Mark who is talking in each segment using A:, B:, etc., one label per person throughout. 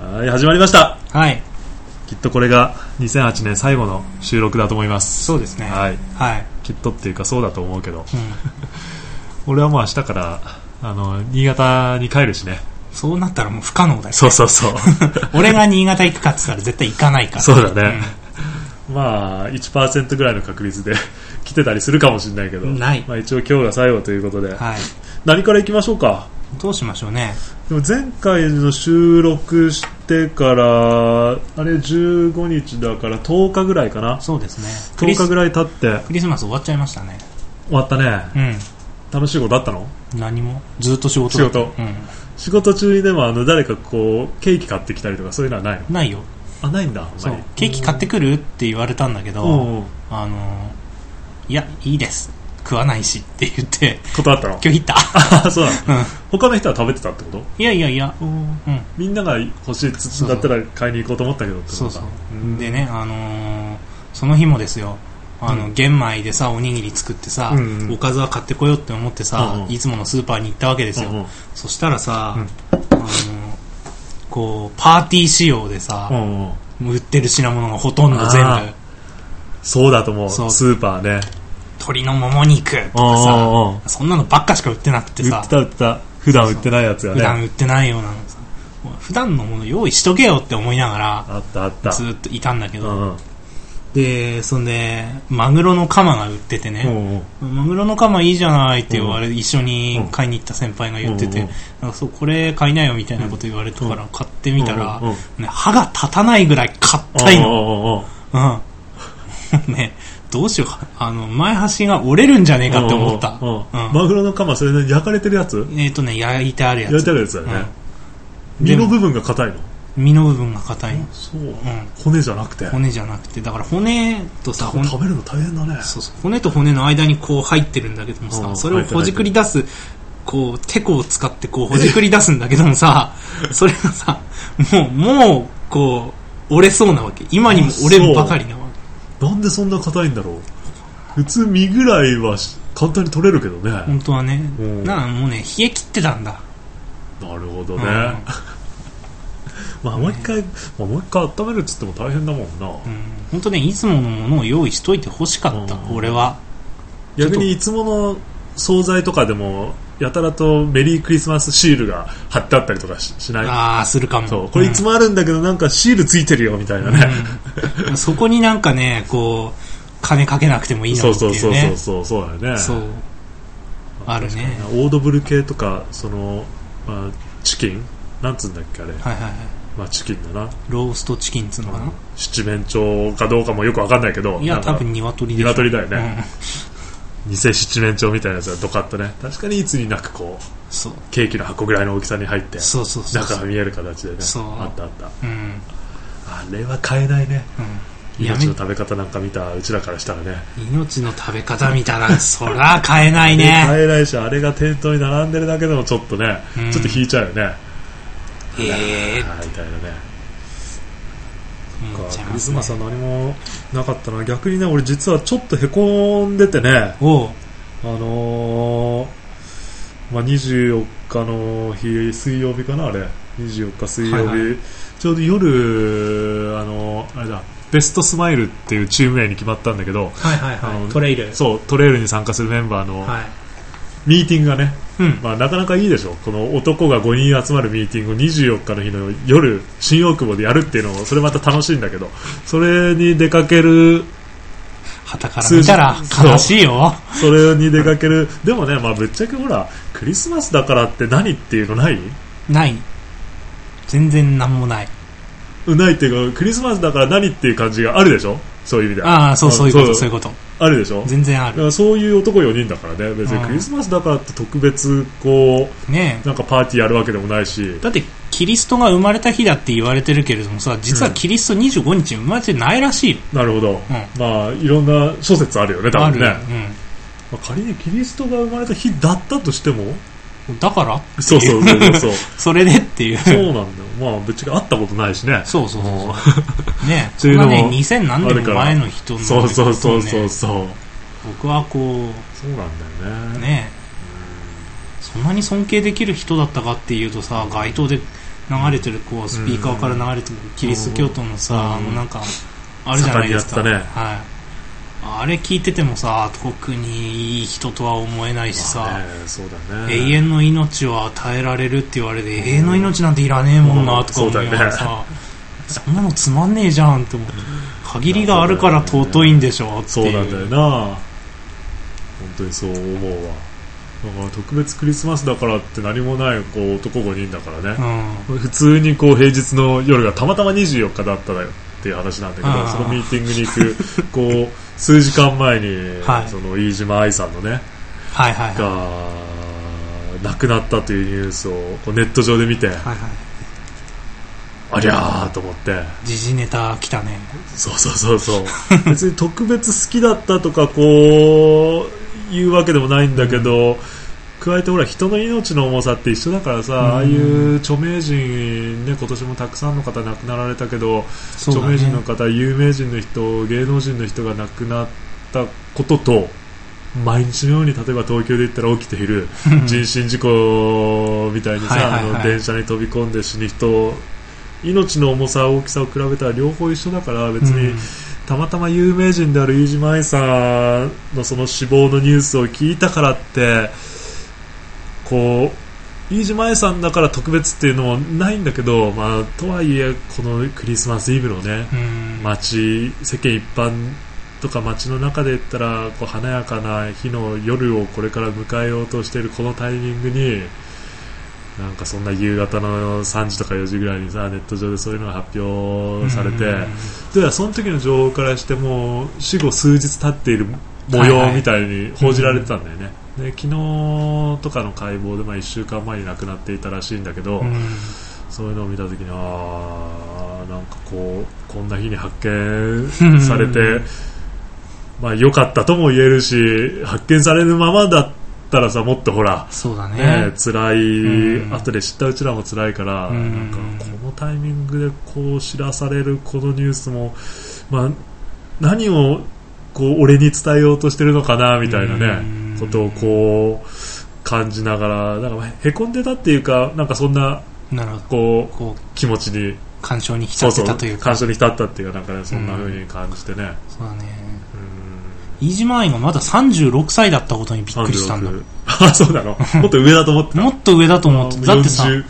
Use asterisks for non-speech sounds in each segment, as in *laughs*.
A: はい、始まりました。
B: はい。
A: きっとこれが2008年最後の収録だと思います。
B: そうですね。は
A: はい。
B: い。
A: きっとっていうかそうだと思うけど、
B: うん。
A: *laughs* 俺はもう明日から、あの、新潟に帰るしね。
B: そうなったらもう不可能だよ。
A: そうそう
B: *laughs*
A: そう。
B: 俺が新潟行くかって言ったら絶対行かないから。
A: そうだね。まあ、1%ぐらいの確率で *laughs* 来てたりするかもしれないけど。
B: ない
A: まあ一応今日が最後ということで。
B: うんはい。
A: 何から行きましょうか。
B: どうしましょうね。
A: でも前回の収録してから、あれ15日だから10日ぐらいかな。
B: そうですね。クリ
A: 10
B: ス
A: 日ぐらい経って
B: クリスマス終わっちゃいましたね。
A: 終わったね。
B: う
A: 楽しいことあったの
B: ん。何も。ずっと仕事だった
A: 仕仕事中にでもあの誰かこうケーキ買ってきたりとかそういうのはないの
B: うん。ないよ。
A: あないんだあんまり
B: そう。ケーキ買ってくるって言われたんだけ
A: う
B: ど、
A: んうん
B: あのー、いや、いいです。食わないしって言って、
A: 断ったの
B: 拒否った。
A: *laughs* あそうなの
B: うん。
A: 他の人は食べてたってこと
B: いやいやいや。うん。
A: みんなが欲しいっつ
B: そう
A: だったら買いに行こうと思ったけどってこと
B: そう
A: か
B: そう
A: うん
B: でね、あのーその日もですよあの、
A: うん
B: 玄米でさおにぎり作ってさ、
A: うんうん
B: おかずは買ってこようって思ってさ、
A: うんうん
B: いつものスーパーに行ったわけですよ、
A: うんうん
B: そしたらさ、あのーこうパーティー仕様で
A: う
B: さ、
A: んうん
B: 売ってる品物がほとんど全
A: あー
B: 部
A: そうだと思うス
B: そう
A: ーパーね
B: 鶏のもも肉とかさ
A: あ
B: そんなのばっかしか売ってなくて
A: 売っ
B: さ
A: てた売ってた普段売ってないやつが
B: 普段
A: ね
B: 売ってないようなのさもう普段のもの用意しとけよって思いなが
A: あったあった
B: らずっといたんだけ
A: う
B: ど、
A: んうん
B: でそんでマグロのカマが売っててね、
A: うんうん
B: マグロの釜いいじゃないって言
A: うん
B: われ、一緒に買いに行った先輩が言ってて、
A: うんうん
B: なんかそうこれ買いなよみたいなこと言われたから買ってみたら、
A: うんうん
B: ね、歯が立たないぐらい硬いの。
A: うんうんうん
B: うん。 *laughs* ね、どうしよう。あの、前端が折れるんじゃねえかって思った。
A: うんうんうん
B: うん
A: マグロの釜それで焼かれてるやつ
B: えっ、とね、焼いてあるや
A: 焼い
B: つ。
A: てあるやつだよね
B: うん
A: 身の部分が硬いの
B: 身の部分が硬いの。
A: そう
B: うん。
A: 骨じゃなくて
B: 骨じゃなくて、だから骨とさ、骨
A: 食べるの大変だね
B: そうそう骨と骨の間にこう入ってるんだけども
A: う
B: さ
A: ん
B: それをほじくり出すこうてこを使ってこうほじくり出すんだけどもさそれがさもうもうこう折れそうなわけ今にも折れるばかりなわけ
A: なんでそんな硬いんだろう普通身ぐらいはし簡単に取れるけどね、
B: 本当はね
A: うん
B: なあもうね冷え切ってたんだ
A: なるほど
B: うん
A: ね、まあもう一回、まあ、もう一回温めるっつっても大変だもんな、
B: うん本当ねいつものものを用意しといてほしかった
A: うん
B: 俺は
A: 逆にいつもの惣菜とかでもやたらとメリークリスマスシールが貼ってあったりとかししない
B: ああするかも
A: そうこれいつもあるんだけどなんかシールついてるよみたいなね、
B: うん *laughs* うんそこになんかねこう金かけなくてもいいの
A: *laughs* そう
B: って
A: そうそううそう
B: いね
A: そうそうだよね
B: そうあるね
A: オードブル系とかその、まあ、チキンなんつうんだっけあれ、
B: はいはいはい
A: まあ、チキンだな
B: ローストチキンっつうのかな、
A: 七面鳥かどうかもよくわかんないけど
B: いや
A: なんか
B: 多分鶏でしょ
A: 鶏だよ
B: う
A: ね、
B: ん、
A: 偽七面鳥みたいなやつがドカッとね確かにいつになくこう
B: そう
A: ケーキの箱ぐらいの大きさに入って
B: そうそうそう
A: 中が見える形でね
B: そう
A: あったあった
B: うん、
A: あれは買えないね
B: うん、やめ
A: 命の食べ方なんか見たうちらからしたらね
B: 命の食べ方見たらそら買えないね
A: 買えないしあれが店頭に並んでるだけでもちょっとね、
B: うん
A: ちょっと引いちゃうよね
B: ええ
A: あーみたいなね
B: ー、思っちゃい
A: ク
B: ま
A: リ
B: す
A: ス
B: ね
A: マスは何もなかったな逆にね俺実はちょっとへこんでてね
B: おう
A: あのーまあ、24日の日水曜日かな、あれ24日水曜日、
B: はいは
A: ちょうど夜、あのーあれだベストスマイルっていうチーム名に決まったんだけど
B: はいはい
A: あ
B: は
A: の
B: いトレイル
A: そうトレイルに参加するメンバーの
B: はい
A: ミーティングがね、
B: うん
A: まあ、なかなかいいでしょこの男が5人集まるミーティングを24日の日の夜新大久保でやるっていうのもそれまた楽しいんだけどそれに出かける
B: 旗から見たら
A: 数字
B: 悲しいよ
A: それに出かけるでもね、まあ、ぶっちゃけほらクリスマスだからって何っていうのない
B: ない全然なんもない
A: うんないっていうかクリスマスだから何っていう感じがあるでしょそういう意味では
B: ああそうそういうことそう
A: そ
B: いうこと
A: あるでしょ
B: 全然あ
A: だか
B: る
A: らそういう男4人だからね別
B: う
A: に
B: ん
A: クリスマスだからって特別こ
B: ね
A: うなんかパーティーやるわけでもないし
B: えだってキリストが生まれた日だって言われてるけれどもさ実はキリスト25日生まれてないらしいよ、
A: なるほど、まあいろんな諸説あるよね多
B: あ
A: 分
B: る、
A: ね、
B: うん、
A: まあ、仮にキリストが生まれた日だったとしても
B: だから
A: そうそうそうそうそう
B: それでっていう。
A: そうなんだよまあぶっちゃけ会ったことないしね
B: そうそうそう
A: もう
B: ね
A: そ
B: そう
A: い
B: れ
A: うの
B: は
A: も
B: ね、2000何年も前の人の、ね、
A: そうそうそうそう
B: ね
A: そう、
B: 僕はこう、
A: そうなんだよね
B: ねそんなに尊敬できる人だったかっていうとさ、街頭で流れてるこうスピーカーから流れてるキリスト教徒のさ、
A: うん
B: あのなんかあるじゃないです
A: 盛
B: か、
A: んにやったね
B: はい、あれ聞いててもさ特にいい人とは思えないしさ、
A: まあねそうだね
B: 永遠の命を与えられるって言われて永遠の命なんていらねえもんなとか思いながらさ、そんなのつまんねえじゃんって思って限りがあるから尊いんでしょって
A: そう
B: い
A: な
B: うん
A: だよな本当にそう思うわだから特別クリスマスだからって何もないこう男5人だから
B: う
A: ね、
B: ん
A: 普通にこう平日の夜がたまたま24日だったよっていう話なんだけ
B: あ
A: ど
B: あ
A: そのミーティングに行くこう数時間前に、
B: はい
A: その飯島愛さんのね
B: はいはいはい
A: が亡くなったというニュースをこうネット上で見て、
B: はいはい
A: ありゃーと思って
B: 時事ネタ来たね
A: そうそうそうそ
B: *laughs*
A: う別に特別好きだったとかこういうわけでもないんだけど、加えてほら人の命の重さって一緒だからさ、
B: うん
A: ああいう著名人、ね、今年もたくさんの方亡くなられたけど、
B: そう
A: 著
B: だ
A: 名
B: ね
A: 人の方有名人の人芸能人の人が亡くなったことと毎日のように例えば東京で言ったら起きている人身事故みたいにさ、
B: はいはいはい
A: あの電車に飛び込んで死に人命の重さ、大きさを比べたら両方一緒だから別に、
B: うん
A: たまたま有名人である飯島愛さんのその死亡のニュースを聞いたからってこう飯島愛さんだから特別っていうのもないんだけど、まあ、とはいえこのクリスマスイブのね
B: うん
A: 街世間一般とか街の中で言ったらこう華やかな日の夜をこれから迎えようとしているこのタイミングになんかそんな夕方の3時とか4時ぐらいにさネット上でそういうのが発表されて。
B: うん
A: ではその時の情報からしても死後数日経っている模様みたいに報じられてたんだよね、で昨日とかの解剖で、まあ、1週間前に亡くなっていたらしいんだけど、
B: うん
A: そういうのを見た時にあーなんかこうこんな日に発見され
B: う
A: て
B: ん
A: まあ良かったとも言えるし発見されるままだったらさもっとほら
B: そうだ
A: ね
B: ね、
A: 辛
B: う
A: い、
B: ん
A: 後で知ったうちらも辛いから、
B: うん
A: なんかこのタイミングでこう知らされるこのニュースも、まあ、何をこう俺に伝えようとしてるのかなみたいな
B: うん
A: ねことをこう感じながらなんかへこんでたっていうかなんかそんな
B: なるほど
A: こう
B: こう
A: 気持ちに
B: 感傷に浸ってたというか
A: 感傷に浸ったっていうかなんか、ね、そんな風に感じてね。
B: そうだね
A: うん
B: 飯島愛がまだ36歳だったことにびっくりしたんだ
A: 36あそうなのもっと上だと思って
B: *laughs* もっと上だと思ってだってさ
A: 40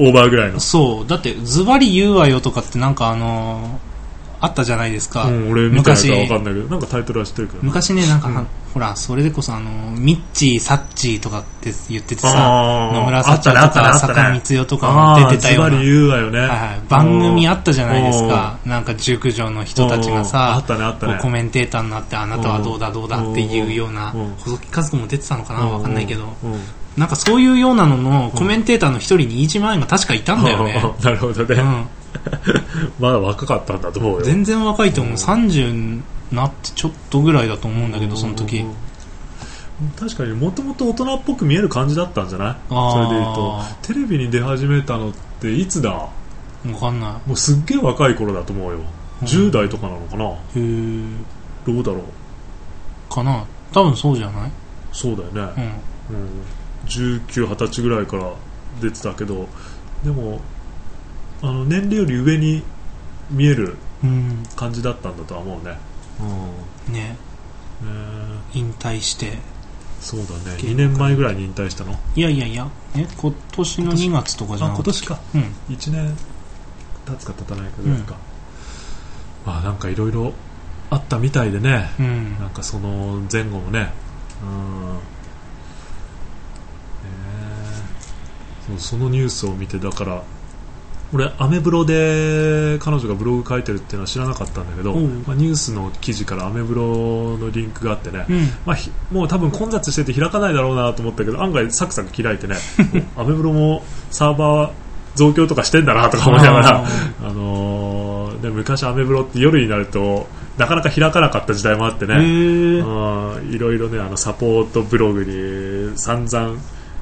A: オーバーぐらいの
B: そうだってズバリ言うわよとかってなんかあのーあったじゃないですか、
A: うん、俺見たやつはわかんないけどなんかタイトルは知ってるけど
B: 昔ねなんか、
A: うん
B: ほらそれでこそあのミッチーサッチーとかって言っててさ
A: あー
B: 野村さちゃ
A: あ
B: ん
A: っ
B: と
A: たねあ
B: か
A: ったね
B: 坂
A: あっ
B: 光代と
A: たね
B: かも出てたよう
A: あーズバ
B: な
A: リ言うわよね、
B: はいはい、番組あったじゃないですかなんか塾女の人たちが
A: うんあ
B: さ
A: ったねあった
B: こう
A: ね
B: コメンテーターになってあなたはどうだどうだっていうような
A: うん
B: 細木和子も出てたのかなわかんないけど
A: うんうん
B: なんかそういうようなののコメンテーターの一人に飯島愛が確かいたんだよね、
A: *laughs* なるほどね、
B: うん、
A: まだ若かったんだと思うよ
B: 全然若いと思う30になってちょっとぐらいだと思うんだけどその時
A: うん確かにもともと大人っぽく見える感じだったんじゃない
B: あー
A: それで言うとテレビに出始めたのっていつだも
B: わかんな
A: うすっげえ若い頃だと思うよ、
B: うん
A: 10代とかなのかない
B: へー
A: どうだろう
B: かな多分そうじゃない
A: そうだよね、
B: うん
A: うん、19、20歳ぐらいから出てたけどでもあの年齢より上に見える
B: うん
A: 感じだったんだとは思うね,、
B: ね
A: うん、ね
B: 引退して
A: そうだね
B: 結構
A: 2年前ぐらいに引退したの
B: いやいやいやえ今年の2月とかじゃなくて
A: 年か
B: うん
A: 1年経つか経たないかぐらいか、まあなんかいろいろあったみたいでね
B: うん
A: なんかその前後もね、うんねえそうそのニュースを見てだから俺、アメブロで彼女がブログ書いてるっていうのは知らなかったんだけど、
B: うん
A: まあ、ニュースの記事からアメブロのリンクがあってね、
B: うん
A: まあ、ひもう多分混雑してて開かないだろうなと思ったけど案外サクサク開いて
B: *laughs*
A: ねアメブロもサーバー増強とかしてんだなとか思いながら
B: あ
A: あのーで昔、アメブロって夜になるとなかなか開かなかった時代もあって
B: ー
A: ね、
B: へー
A: うんいろいろねあのサポートブログに散々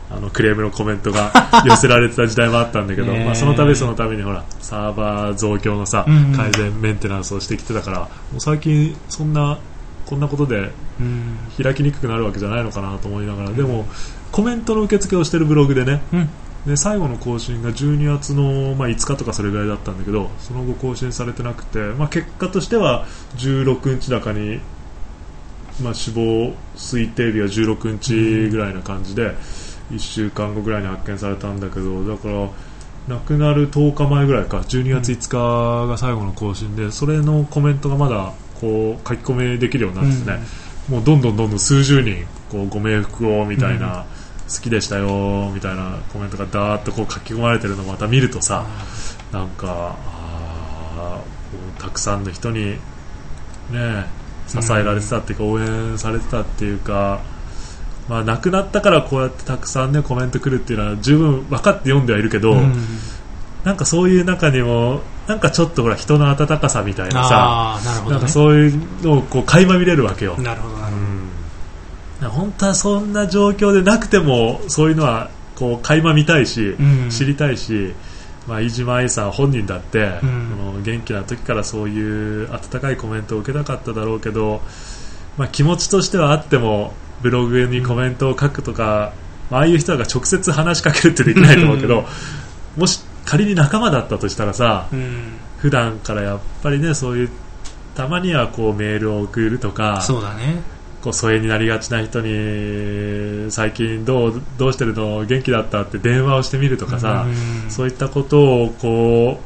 A: あのクレームのコメント
B: *laughs*
A: が寄せられてた時代もあったんだけど、
B: ねえ
A: まあ、そのためそのためにほらサーバー増強のさ
B: うんうん
A: 改善メンテナンスをしてきてたからもう最近、そんなこんなことで
B: うん
A: 開きにくくなるわけじゃないのかなと思いながらでもコメントの受付をしてるブログでね
B: うん
A: で最後の更新が12月の、まあ、5日とかそれぐらいだったんだけどその後更新されてなくて、まあ、結果としては16日高に、まあ、死亡推定日は16日ぐらいな感じで、1週間後ぐらいに発見されたんだけどだから亡くなる10日前ぐらいか12月5日が最後の更新で、それのコメントがまだこう書き込みできるようになっててね、もうどんどんどんどん数十人こうご冥福をみたいな、好きでしたよみたいなコメントがだーっとこう書き込まれてるのをまた見るとさなんかあーこうたくさんの人にね支えられてたっていうか、応援されてたっていうか。まあ、亡くなったからこうやってたくさん、ね、コメント来るっていうのは十分分かって読んではいるけど、
B: うん
A: なんかそういう中にもなんかちょっとほら人の温かさみたいなさ
B: ああなる
A: な
B: ほど、
A: んか
B: ね、
A: そういうのをこう垣間見れるわけよ、
B: なるほどなる
A: う
B: ほど
A: ん、本当はそんな状況でなくてもそういうのはこう垣間見たいし、
B: うん
A: 知りたいし、まあ、飯島愛さん本人だって、
B: うん
A: あの元気な時からそういう温かいコメントを受けたかっただろうけど、まあ、気持ちとしてはあってもブログにコメントを書くとか、まあああいう人が直接話しかけるってできないと思うけどもし仮に仲間だったとしたらさ
B: うん
A: 普段からやっぱりねそういうたまにはこうメールを送るとか
B: そうだね
A: こう疎遠になりがちな人に最近どうどうしてるの元気だったって電話をしてみるとかさ、
B: うん
A: そういったことをこ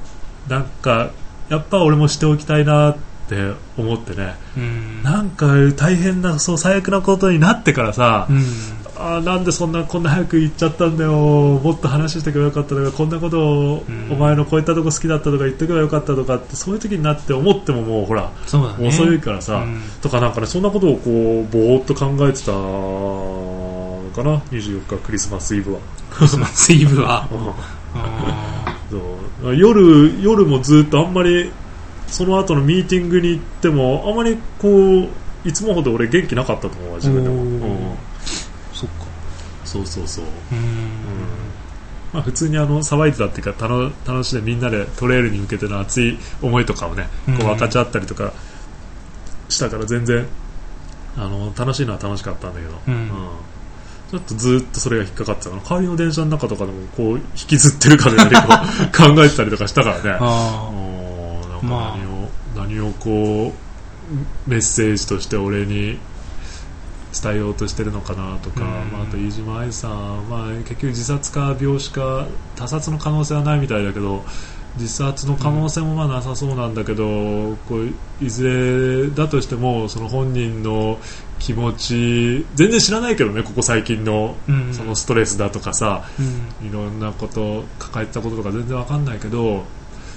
A: うなんかやっぱ俺もしておきたいなって思ってね
B: うん
A: なんか大変なそう最悪なことになってからさ、
B: うん
A: あーなんでそんなこんな早く行っちゃったんだよもっと話してけばよかったとかこんなことを
B: うん
A: お前のこういったとこ好きだったとか言ってけばよかったとかってそういう時になって思ってももうほら
B: そうだね
A: 遅いからさ、 *laughs*
B: うん
A: とかなんかねそんなことをこうぼーっと考えてたかな24日クリスマスイブは
B: クリスマスイブはあ
A: そう夜夜もずっとあんまりその後のミーティングに行ってもあまりこういつもほど俺元気なかったと思うわ自分でも、
B: おー
A: うん
B: ーそっか
A: そうそうそう、
B: うん
A: まあ、普通にあの騒いでたっていうか楽楽しんでみんなでトレイルに向けての熱い思いとかをね
B: うん
A: こう分かち合ったりとかしたから全然あの楽しいのは楽しかったんだけど、
B: うん
A: ちょっとずっとそれが引っかかってたの帰りの電車の中とかでもこう引きずってるかのようにこう *laughs* 考えてたりとかしたからね
B: あ
A: もうなんか何を、
B: まあ
A: 何をこうメッセージとして俺に伝えようとしてるのかなとか、
B: うん
A: まあ、あと飯島愛さん、まあ、結局自殺か病死か他殺の可能性はないみたいだけど自殺の可能性もまあなさそうなんだけど、こういずれだとしてもその本人の気持ち全然知らないけどねここ最近の
B: あうん
A: *laughs* そのストレスだとかさ、
B: うん
A: いろんなこと抱えてたこととか全然わかんないけど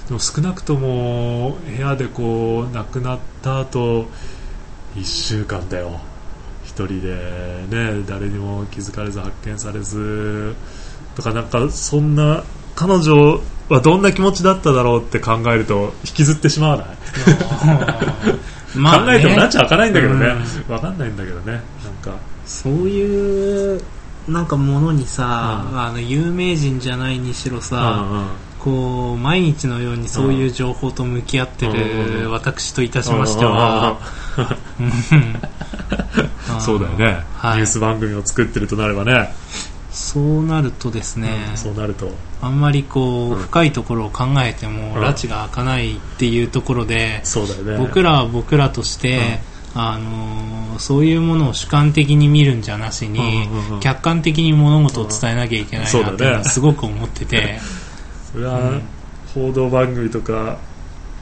A: でも少なくとも部屋でこう亡くなった後1週間だよ一人でね誰にも気づかれず発見されずとかなんかそんな彼女はどんな気持ちだっただろうって考えると引きずってしまわない、 *laughs*
B: まあ
A: 考えてもなっ
B: ね
A: ちゃ開かないんだけどね、わかんないんだけどねなんか
B: そういうなんかものにさ、
A: うん
B: あの有名人じゃないにしろさ、
A: うんうん
B: こう毎日のようにそういう情報と向き合って
A: うんう
B: る
A: ん
B: 私といたしましては、 *laughs* うん
A: そうだよね、
B: はい
A: ニュース番組を作ってるとなればね
B: そうなるとですね、
A: うんそうなると
B: あんまりこう、
A: うん
B: 深いところを考えても、
A: うん
B: 拉致が開かないっていうところで、
A: そうだよね
B: 僕らは僕らとして、あのーそういうものを主観的に見るんじゃなしに、
A: うんうんうん
B: 客観的に物事を伝えなきゃいけないなっていうの
A: そうだ
B: は
A: ね
B: すごく思ってて、
A: それは報道番組とか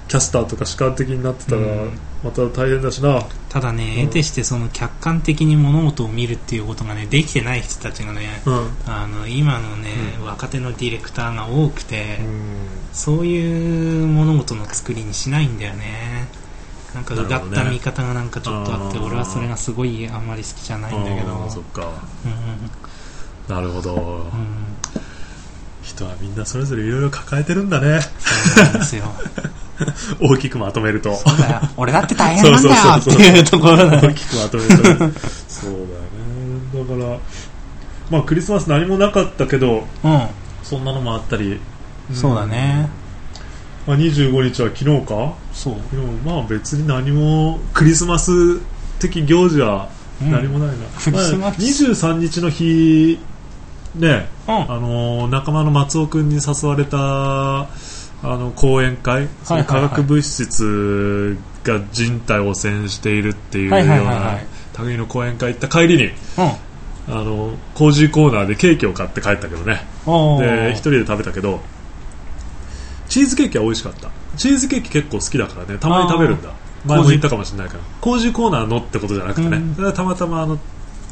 A: キャスターとか主観的になってたら
B: うん
A: また大変だしな、
B: ただね、
A: うん
B: 得てしてその客観的に物事を見るっていうことがねできてない人たちがね
A: うん
B: あの今のね、
A: うん
B: 若手のディレクターが多くて、そういう物事の作りにしないんだよねなんかう
A: な
B: が
A: るほ
B: っ
A: ど
B: た
A: ね
B: 見方がなんかちょっとあって
A: あー
B: 俺はそれがすごいあんまり好きじゃないんだけど
A: あーそっか
B: うん
A: なるほど
B: うんうん
A: 人はみんなそれぞれいろいろ抱えてるんだね
B: そうなんですよ
A: 大きくまとめると
B: そうだよ *laughs* 俺だって大変なんだよ
A: そうそう
B: って
A: そうそう
B: いうところだ
A: 大きくまとめると *laughs* そうだよねだからまあクリスマス何もなかったけど
B: う
A: そんなのもあったり、
B: んそうだね
A: まあ、25日は昨日か
B: そう
A: でもまあ別に何もクリスマス的行事は何もないな、
B: ん
A: まあ
B: クリスマス
A: 23日の日ね
B: うん。
A: あのー仲間の松尾君に誘われたあの講演会、その化学物質が人体を汚染しているっていうよ
B: はいはいうはいは
A: ない類の講演会行った帰りに
B: うん。
A: あの工事コーナーでケーキを買って帰ったけどね
B: おー
A: で一人で食べたけどチーズケーキは美味しかったチーズケーキ結構好きだからねたまに食べるんだ前も言ったかもしれないから工事コーナーのってことじゃなくてね、
B: うん
A: それはたまたまあの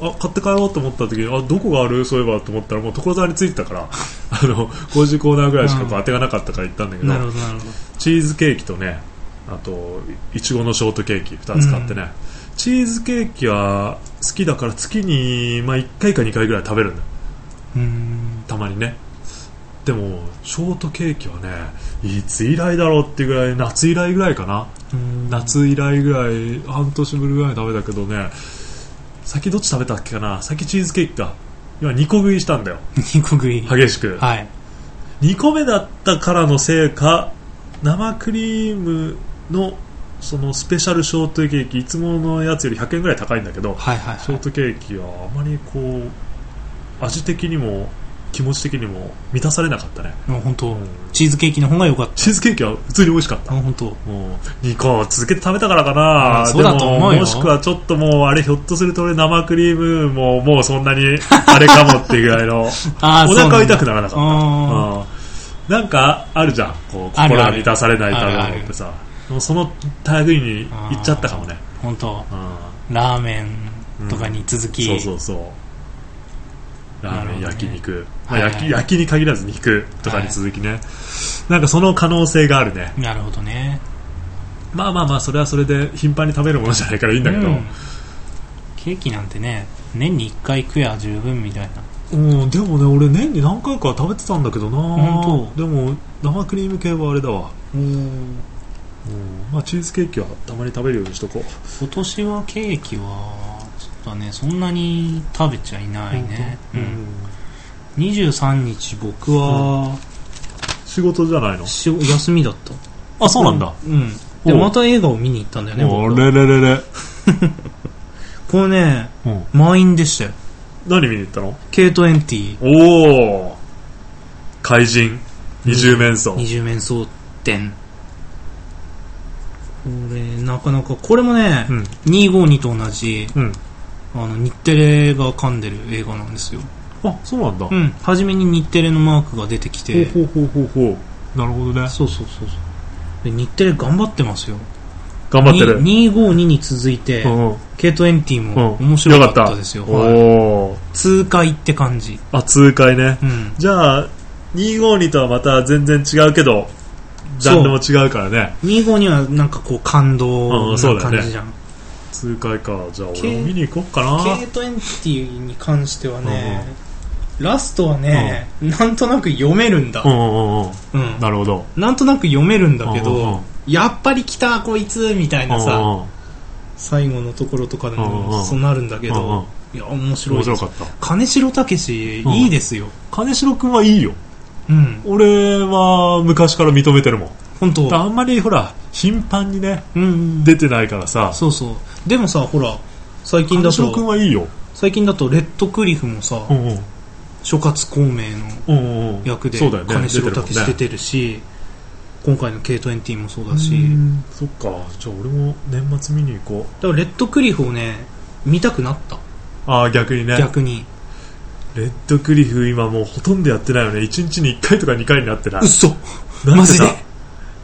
A: あ買って帰ろうと思った時にあどこがあるそういえばと思ったらもう所沢に着いてたから *laughs* あの工事コーナーぐらいしかこう
B: うん
A: 当てがなかったから行ったんだけど,、
B: なるほど、なるほど。
A: チーズケーキとねあといちごのショートケーキ2つ買ってね、チーズケーキは好きだから月に、まあ、1回か2回ぐらい食べるんだ
B: うーん。
A: たまにねでもショートケーキはねいつ以来だろうっていうぐらい夏以来ぐらいかな
B: うん
A: 夏以来ぐらい半年ぶりぐらいに食べたけどね先どっち食べたっけかな先チーズケーキか今2個食いしたんだよ
B: 肉食い。
A: 激しく、
B: はい。
A: 2個目だったからのせいか生クリームのそのスペシャルショートケーキいつものやつより100円ぐらい高いんだけど
B: はいはい
A: ショー
B: はい。
A: トケーキはあまりこう味的にも気持ち的にも満たされなかったね、
B: もう本当
A: うん
B: チーズケーキの方が良かっ。
A: チーズケーキは普通に美味しかったた
B: あ、本当
A: もう2個続けて食べたからか
B: うん
A: な
B: そうだと思うよ
A: でももしくはちょっともうあれひょっとすると俺生クリームももうそんな
B: *laughs*
A: にあれかもっていうぐらいの
B: あ
A: お腹痛く
B: な
A: ならなかった
B: あ
A: うんなんかあるじゃんこう
B: あ
A: 心
B: るあ
A: が
B: る
A: 満たされない食べ物ってさでもその類に行っちゃったかもね、
B: ー本当
A: うん
B: ラーメンとかに続き、
A: そうそうそうラーメン、
B: なるほどね
A: 焼肉、ま
B: は
A: あ
B: いはい
A: 焼き焼きに限らず肉とかに続きね、なんかその可能性があるね
B: なるほどね。
A: まあまあまあそれはそれで頻繁に食べるものじゃないからいいんだけど、
B: うんケーキなんてね、年に1回食えば十分みたいな。
A: うんでもね俺年に何回かは食べてたんだけどな
B: 本
A: でも生クリーム系はあれだわ、うんまあ、チーズケーキはたまに食べるようにしとこう
B: 今年はケーキは、ちょっとね、そんなに食べちゃいないね。う
A: うん
B: ん。23日僕は、
A: 仕事じゃないの
B: しお休みだった。
A: あそうなんだ、
B: うん。で、
A: おう
B: また映画を見に行ったんだよね、
A: お
B: 僕は
A: れれれれ、
B: これね、
A: うん、
B: 満員でしたよ。
A: 何見に行ったの
B: K20、
A: おお怪人二重面相、
B: 二十面相店。これ、なかなか、これもね、
A: うん
B: 252と同じ、
A: うん
B: あの、日テレが噛んでる映画なんですよ。
A: あそうなんだ、
B: うん。初めに日テレのマークが出てきて、
A: ほうほうほうほうほうなるほどね
B: そうそうそうそう。で、日テレ頑張ってますよ。
A: 頑張ってる
B: に252に続いて、
A: うんうん
B: K20 も
A: うん
B: 面白かった
A: よかった
B: ですよ。はい
A: おお
B: 痛快って感じ。
A: あ痛快ね
B: うん。
A: じゃあ252とはまた全然違うけどジャンルも違うからね
B: 252はなんかこう感動
A: う
B: なん
A: そうだよね
B: 感じじゃん。
A: 痛快かじゃあ俺
B: け
A: も見に行こっかな
B: K20 に関してはね、ラストはね、なんとなく読めるんだ
A: う。んうんうん
B: うん。
A: なるほど
B: なんとなく読めるんだけ
A: うんうんう
B: ど
A: ん、
B: やっぱり来たこいつみたいな
A: うん
B: さ、
A: うんうん
B: 最後のところとかで
A: うんう
B: も
A: ん
B: そうなるんだけ
A: うんう
B: ど
A: ん、
B: いや、面白い
A: 面白
B: です
A: かった
B: 金城武史
A: うん
B: いいですよ。
A: 金城君はいいよ
B: うん。
A: 俺は昔から認めてるもん
B: 本当
A: あんまりほら頻繁にね
B: うん。
A: 出てないからさ
B: そうそう。でもさ、ほら、最近だ
A: 金城君
B: と、
A: はいいよ
B: 最近だとレッドクリフもさ
A: う、んうん
B: 諸葛孔明
A: う
B: の
A: んうん
B: 役で
A: そうだよね
B: 金城武
A: 出てるもん
B: 史
A: ね
B: 出てるし、今回の K20 もそうだし、
A: うんそっかじゃあ俺も年末見に行こう
B: だからレッドクリフをね、見たくなった。
A: ああ逆にね
B: 逆に。
A: レッドクリフ今もうほとんどやってないよね1日に1回とか2回になってない
B: 嘘
A: なん
B: マ
A: か
B: ジ
A: さ
B: で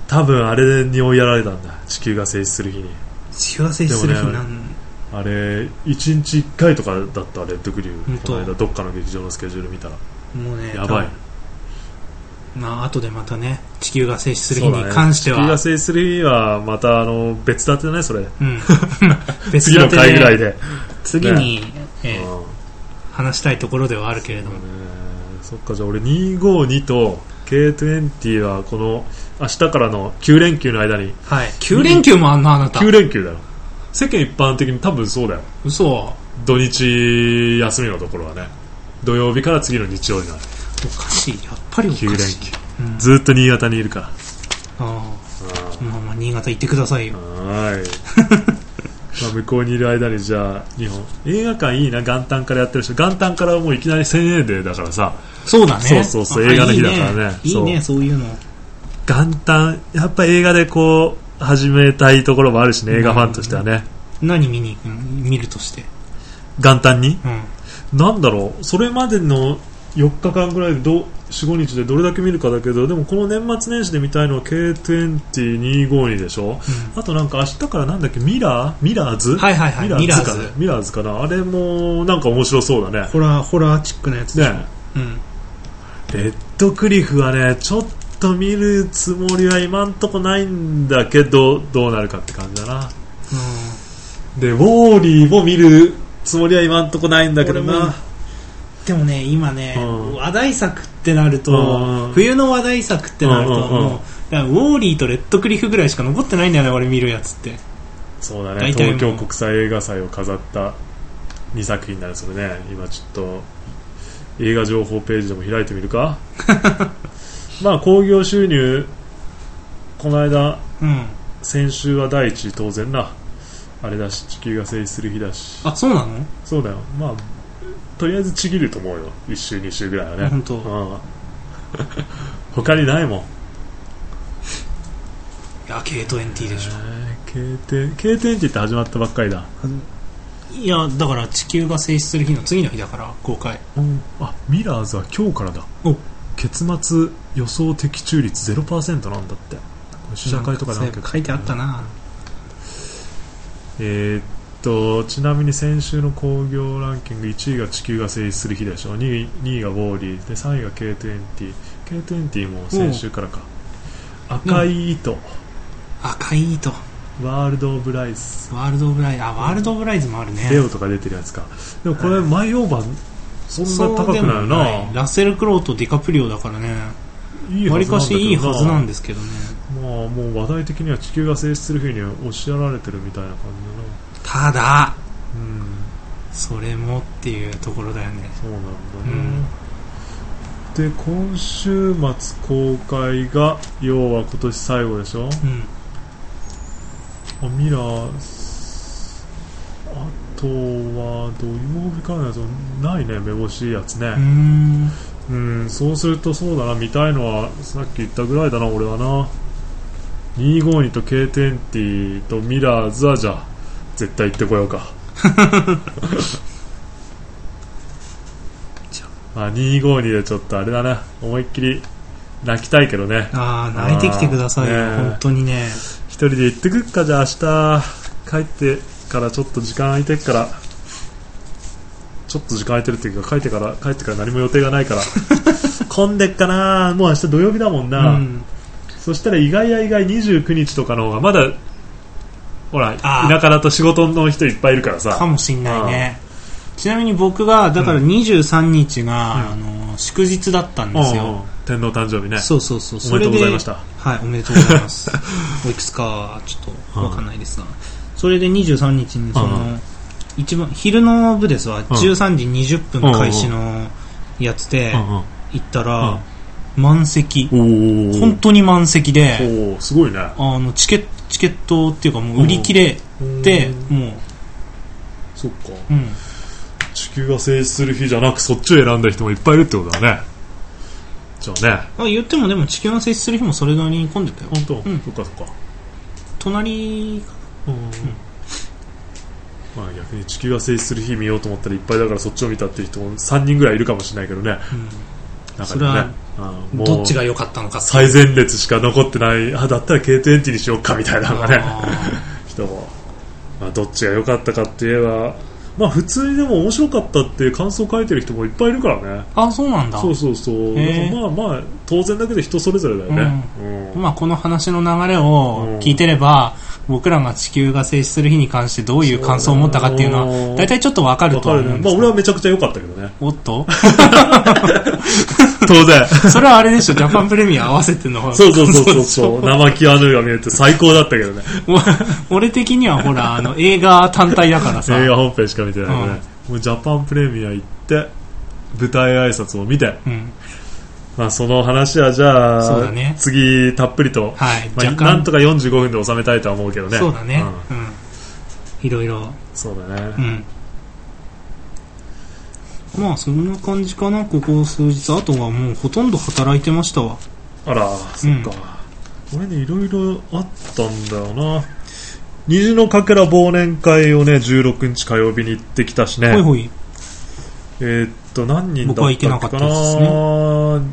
A: 多分あれに追いやられたんだ地球が静止する日に
B: 幸せにする日なん、
A: あれ1日1回とかだったレッドクリ
B: 本
A: フ
B: 当
A: この間どっかの劇場のスケジュール見たら
B: もうね、
A: やばい
B: 多分。まあ、後でまたね、地球が静止する
A: そう
B: 日
A: だ
B: に
A: ね
B: 関して
A: 地球
B: は
A: が、静止する日はまたあの別立てねそれ *laughs*
B: うん。
A: 次の
B: 立て
A: 回ぐらい
B: で、
A: で、
B: 次に、えー
A: うん
B: 話したいところではあるけれども。
A: えーそっかじゃあ俺252と K20 はこの明日からの9連休の間に
B: はい。9連休もあんのあなた。
A: 9連休だよ世間一般的に多分そうだよ
B: 嘘。
A: 土日休みのところはね土曜日から次の日曜になる
B: おかしい。やっぱりおかしい。
A: 9連休
B: うん
A: ずっと新潟にいるから
B: ああ。まあまあ、新潟行ってくださいよ。
A: はーい *laughs* まあ、向こうにいる間にじゃあ日本映画館いいな元旦からやってる人元旦からもういきなり1000円デーだからさ
B: そうだね。
A: そうそうそう
B: あ
A: 映画の日だからね
B: いいね、いいねそういうの。
A: 元旦やっぱ映画でこう始めたいところもあるしね映画ファンとしてはね
B: 何見に行くの見るとして。
A: 元旦に
B: うん。
A: なんだろうそれまでの4日間ぐらいで45日でどれだけ見るかだけどでもこの年末年始で見たいのは K202252 でしょあとなんか明日からなんだっけミラーミラーズ
B: はいはいはい
A: ミラーズか
B: ミラー
A: な
B: ズ
A: ミラーズかなあれもなんか面白そうだね
B: ホラー、ホラーチックなやつでしょ。
A: ね
B: うん。
A: レッドクリフはねちょっと見るつもりは今んとこないんだけどどうなるかって感じだなでウォーリーも見るつもりは今んとこないんだけど
B: 俺も
A: な
B: でもね、今ね、
A: うん
B: 話題作ってなる
A: う
B: と
A: ん、
B: 冬の話題作ってなると、
A: うんうんうん
B: もう、だからウォーリーとレッドクリフぐらいしか残ってないんだよね、俺見るやつって。
A: そうだね
B: 大体もう
A: 東京国際映画祭を飾った2作品だねそれね今ちょっと映画情報ページでも開いてみる
B: *laughs*
A: かまあ興行収入この間
B: うん。
A: 先週は第一位当然なあれだし地球が成立する日だし
B: あ、そうなの
A: そうだよまあとりあえずちぎると思うよ1週2週ぐらいはね
B: 本当
A: うん、他にないもん
B: いや、K20 でしょ。
A: 経典経典って始まったばっかりだ、
B: いや、だから地球が静止する日の次の日だから、公開。
A: うん、あミラーズは今日からだ
B: お
A: 結末予想的中率0%なんだってこれ試写会とかで
B: なんか書いてあったな。
A: えーっとちなみに先週の興行ランキング1位が地球が成立する日でしょ2位 ,2 位がウォーリーで3位が K20K20 も先週からか赤い糸、
B: 赤い糸。
A: ワールド・オブ・ライズ
B: ワールド・オブ・ライズ、あ、ワールド・オブ・ライズもあるね。
A: レオとか出てるやつかでもこれ前評判そんな高くないよな
B: そうでもいラッセル・クロウとディカプリオだからね。
A: いい
B: わ
A: は
B: り
A: ずな
B: か
A: んだけど
B: し
A: ない
B: いはずなんですけどね。
A: まあもう話題的には地球が成立する日におっしゃられてるみたいな感
B: ただ、
A: じだなうん
B: それもっていうところだよね。
A: そうなんだね、
B: うん
A: で今週末公開が要は今年最後でしょ
B: うん。
A: あミラーすあとは土曜日からのやつないねめぼしいやつ
B: うー
A: ね
B: ん。
A: うん、そうするとそうだな見たいのはさっき言ったぐらいだな俺はな252と K10T とミラーズはじゃあ絶対行ってこようか
B: *laughs* じゃ
A: まあ252でちょっとあれだな思いっきり泣きたいけどね
B: ああ、泣いてきてくださいよ、
A: あーねえ
B: 本当にね。
A: 一人で行ってくっかじゃあ明日帰ってからちょっと時間空いてっからちょっと時間空いてるっていうか帰ってから帰ってから何も予定が
B: *laughs*
A: ないから混んでっかなもう明日土曜日だもん
B: う
A: な、
B: ん。
A: そしたら意外や意外29日とかの方がまだほら
B: あー
A: 田舎だと仕事の人いっぱいいるから
B: か
A: さ
B: もしんないね。ちなみに僕が、だから23日が、あの、祝日だったんです
A: うんうん
B: よ。
A: 天皇誕生日ね
B: そうそうそう。
A: おめでとうございまし
B: それで
A: た
B: はい、おめでとうございます。 *laughs* おいくつかはちょっとわかんないですが、それで23日にその、
A: う
B: 一番昼の部ですわ、13時20分開始
A: う
B: のやつで
A: うん
B: 行ったら、満席、
A: うんおー
B: 本当に満席で、
A: おーすごいね
B: あのチケット、チケットっていうかもう売り切れて、も
A: そっか
B: う、うん、
A: 地球が成立する日じゃなくそっちを選んだ人もいっぱいいるってことだねじゃあね
B: あ言ってもでも地球の接する日もそれなりに混んでたよ。
A: 本当、
B: ん
A: そっかそっか
B: 隣、
A: うん、まあ逆に地球が成立する日見ようと思ったらいっぱいだからそっちを見たっていう人も3人ぐらいいるかもしれないけどね中にはねうんもう
B: どっちが良かったのかっていう
A: 最前列しか残ってないあだったら K20 にしようかみたいなのがね
B: あー
A: 人も、まあ、どっちが良かったかって言えばまあ普通にでも面白かったっていう感想を書いてる人もいっぱいいるからね
B: あ、そうなんだ。
A: そうそうそうだか
B: へえ
A: らまあまあ当然だけど人それぞれだよね、うん
B: まあ、この話の流れを聞いてれば、僕らが地球が静止する日に関してどういう感想を持ったかっていうの
A: そう
B: は、大体ちょっとわかる
A: わ
B: と
A: か
B: は思
A: る
B: う
A: ね
B: んで
A: ますあ
B: け
A: 俺
B: ど
A: はめちゃくちゃ良かったけどね
B: おっと
A: 当然
B: それはあれでしょ、ジャパンプレミア合わせての方
A: *laughs*
B: が
A: そうそうそうそうそ
B: *laughs*
A: う生木アヌが見えて最高だったけどね
B: もう俺的にはほら、あの、映画単体だからさ。
A: *laughs* 映画本編しか見てないからね、もうジャパンプレミア行って舞台挨拶を見て、
B: うん。
A: まあ、その話はじゃ
B: そう
A: あ、
B: だね
A: 次たっぷりと、
B: はい。
A: まあ、
B: 若
A: なん
B: 干、
A: とか45分で収めたいとは思うけどね
B: そうだね。
A: ん
B: うん。いろいろ
A: そうだね、
B: うんまあそんな感じかなここ数日あとはもうほとんど働いてましたわ
A: あらそっか、俺ねいろいろあったんだよな虹のかけら忘年会をね16日火曜日に行ってきたしね
B: ほいほい
A: えーっと何人だ
B: 僕は行けな
A: った
B: か
A: っ
B: っ
A: けか
B: た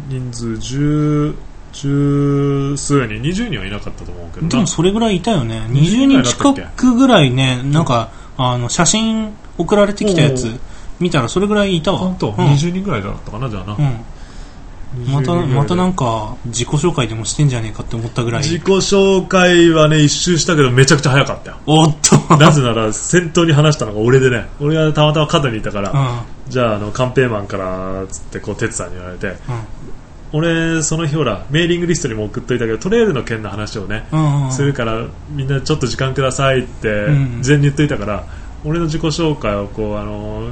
B: で
A: な
B: す
A: 人数十十数人20人はいなかったと思うけどな
B: でもそれぐらいいたよね
A: 20
B: 20
A: 人
B: 人
A: 近
B: 近くぐらいねなんかあの写真送られてきたや
A: お
B: つ見たらそれぐらいいたわ
A: 本当、
B: うん
A: 20人ぐらいだったかなじゃあな、
B: うんまたまたなん
A: か
B: んか自己紹介でもしてんじゃねえかって思ったぐらい
A: 自己紹介はね一周したけどめちゃくちゃ早かったよ
B: おっと
A: なぜなら先頭に話したのが俺でね俺がたまたま肩にいたから、
B: う
A: じゃああのカンペイマンからつってこう哲さんに言われて
B: んうん
A: 俺その日ほらメーリングリストにも送っといたけどトレイルの件の話をね
B: うんうん
A: するからみんなちょっと時間くださいって
B: うん
A: 事前に言っといたから、俺の自己紹介をこうあの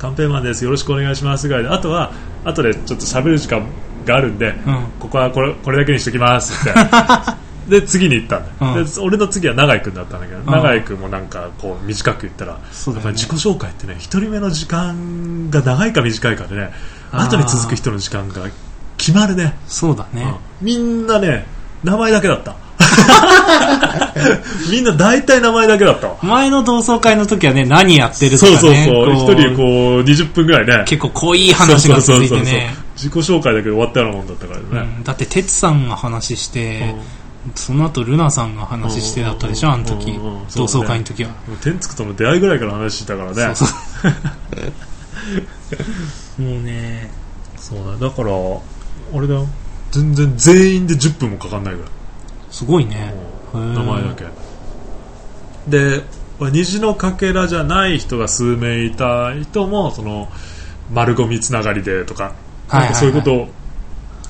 A: カンペイマンですよろしくお願いしますぐらいであとは後でちょっと喋る時間があるんで、
B: うん
A: ここはこれこれだけにしときますって
B: *laughs*
A: で次に行ったんだよ、
B: うん
A: で俺の次は永井君だったんだけど、
B: ん
A: 永井君もなんかこう短く言ったら
B: そうだ
A: やっ
B: よ
A: ぱり自
B: ね
A: 己紹介ってね1人目の時間が長いか短いかでね
B: あー
A: 後に続く人の時間が決まるね、
B: そうだね
A: うんみんなね名前だけだ
B: *laughs*
A: ったみんな大体名前だけだったわ
B: 前の同窓会の時はね何やってる
A: そ
B: とか
A: う
B: ね
A: そうそう
B: こ
A: 一人こう20分ぐらいね
B: 結構濃い話が続いてね
A: 自己紹介だけで終わったようなもんだったからね、
B: うんだって哲さんが話して
A: うん
B: その後ルナさんが話してだったでしょ
A: うん
B: あの時
A: うんうんうんそ
B: 同
A: うだね
B: 窓会の時は
A: もう天竺との出会いぐらいから話してたからね
B: そうそ
A: *laughs*
B: うもうね
A: そうだだからあれだよ全然全員で10分もかかんないぐらい
B: すごいね
A: う
B: へ
A: ん
B: ー
A: 名前だけで虹のかけらじゃない人が数名いた人もその丸ゴミつながりでとか
B: はいはいはい
A: なんかそういうことを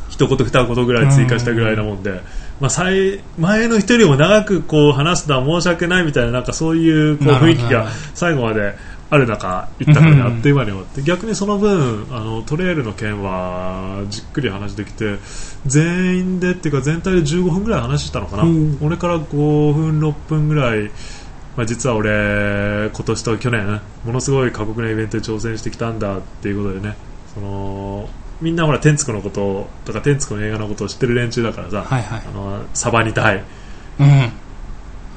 A: 一言二言ぐらい追加したぐらいなもんで、まあ、最前の人よりも長くこう話すのは申し訳ないみたいななんかそういうこう
B: なるほ
A: 雰
B: ど
A: 囲気が最後まである中行ったからねあっという間に終わって逆にその分あのトレイルの件はじっくり話できて全員でっていうか全体で15分ぐらい話したのかな、
B: うん
A: 俺から5分6分ぐらい、まあ、実は俺今年と去年ものすごい過酷なイベントに挑戦してきたんだっていうことでねそのみんなほら天竺のこととか天竺の映画のことを知ってる連中だからさ、
B: はいはい
A: あのサバニタイ
B: うん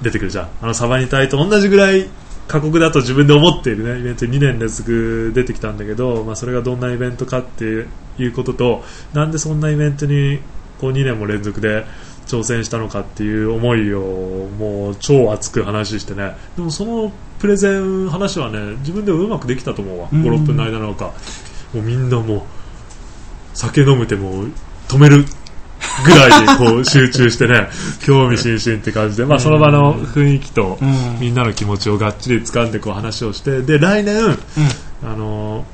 A: 出てくるじゃんあのサバニタイと同じぐらい過酷だと自分で思っているねイベントに2年連続出てきたんだけど、まあ、それがどんなイベントかっていうこととなんでそんなイベントにこう2年も連続で挑戦したのかっていう思いをもう超熱く話してねでもそのプレゼン話はね自分でもうまくできたと思うわ
B: うん
A: 56分の間なのかもうみんなもう酒飲むてもう止めるぐらいにこう集中してね興味津々って感じで、まあ、その場の雰囲気と
B: うん
A: みんなの気持ちをがっちり掴んでこう話をしてで来年、あのー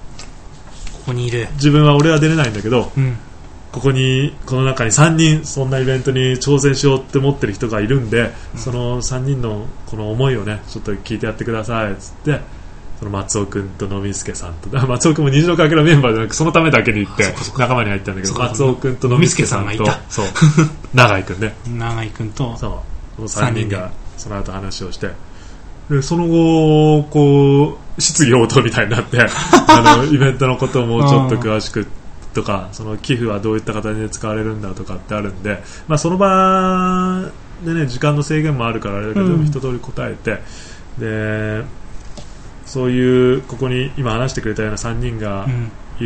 B: ここにいる
A: 自分は俺は出れないんだけど
B: うん
A: ここにこの中に3人そんなイベントに挑戦しようって思ってる人がいるんでその3人のこの思いをねちょっと聞いてやってくださいっつって。その松尾君と飲みすけさんと *laughs* 松尾君も虹のかけのメンバーじゃなくそのためだけに行って仲間に入ったんだけど
B: そうか
A: 松尾君と飲みすけさん
B: 飲
A: と
B: み助さんがい
A: そう
B: *laughs*
A: 永井君ね
B: 長井君と
A: そうこの3
B: 三
A: 人
B: 人で
A: がその後話をしてでその後こう質疑応答みたいにな
B: *laughs*
A: ってあのイベントのこともちょっと詳しくとかその寄付はどういった形で使われるんだとかってあるんで、まあ、その場で、ね、時間の制限もあるからあれだけど、
B: うん
A: 一通り答えてでそういうここに今話してくれたような3人が
B: うん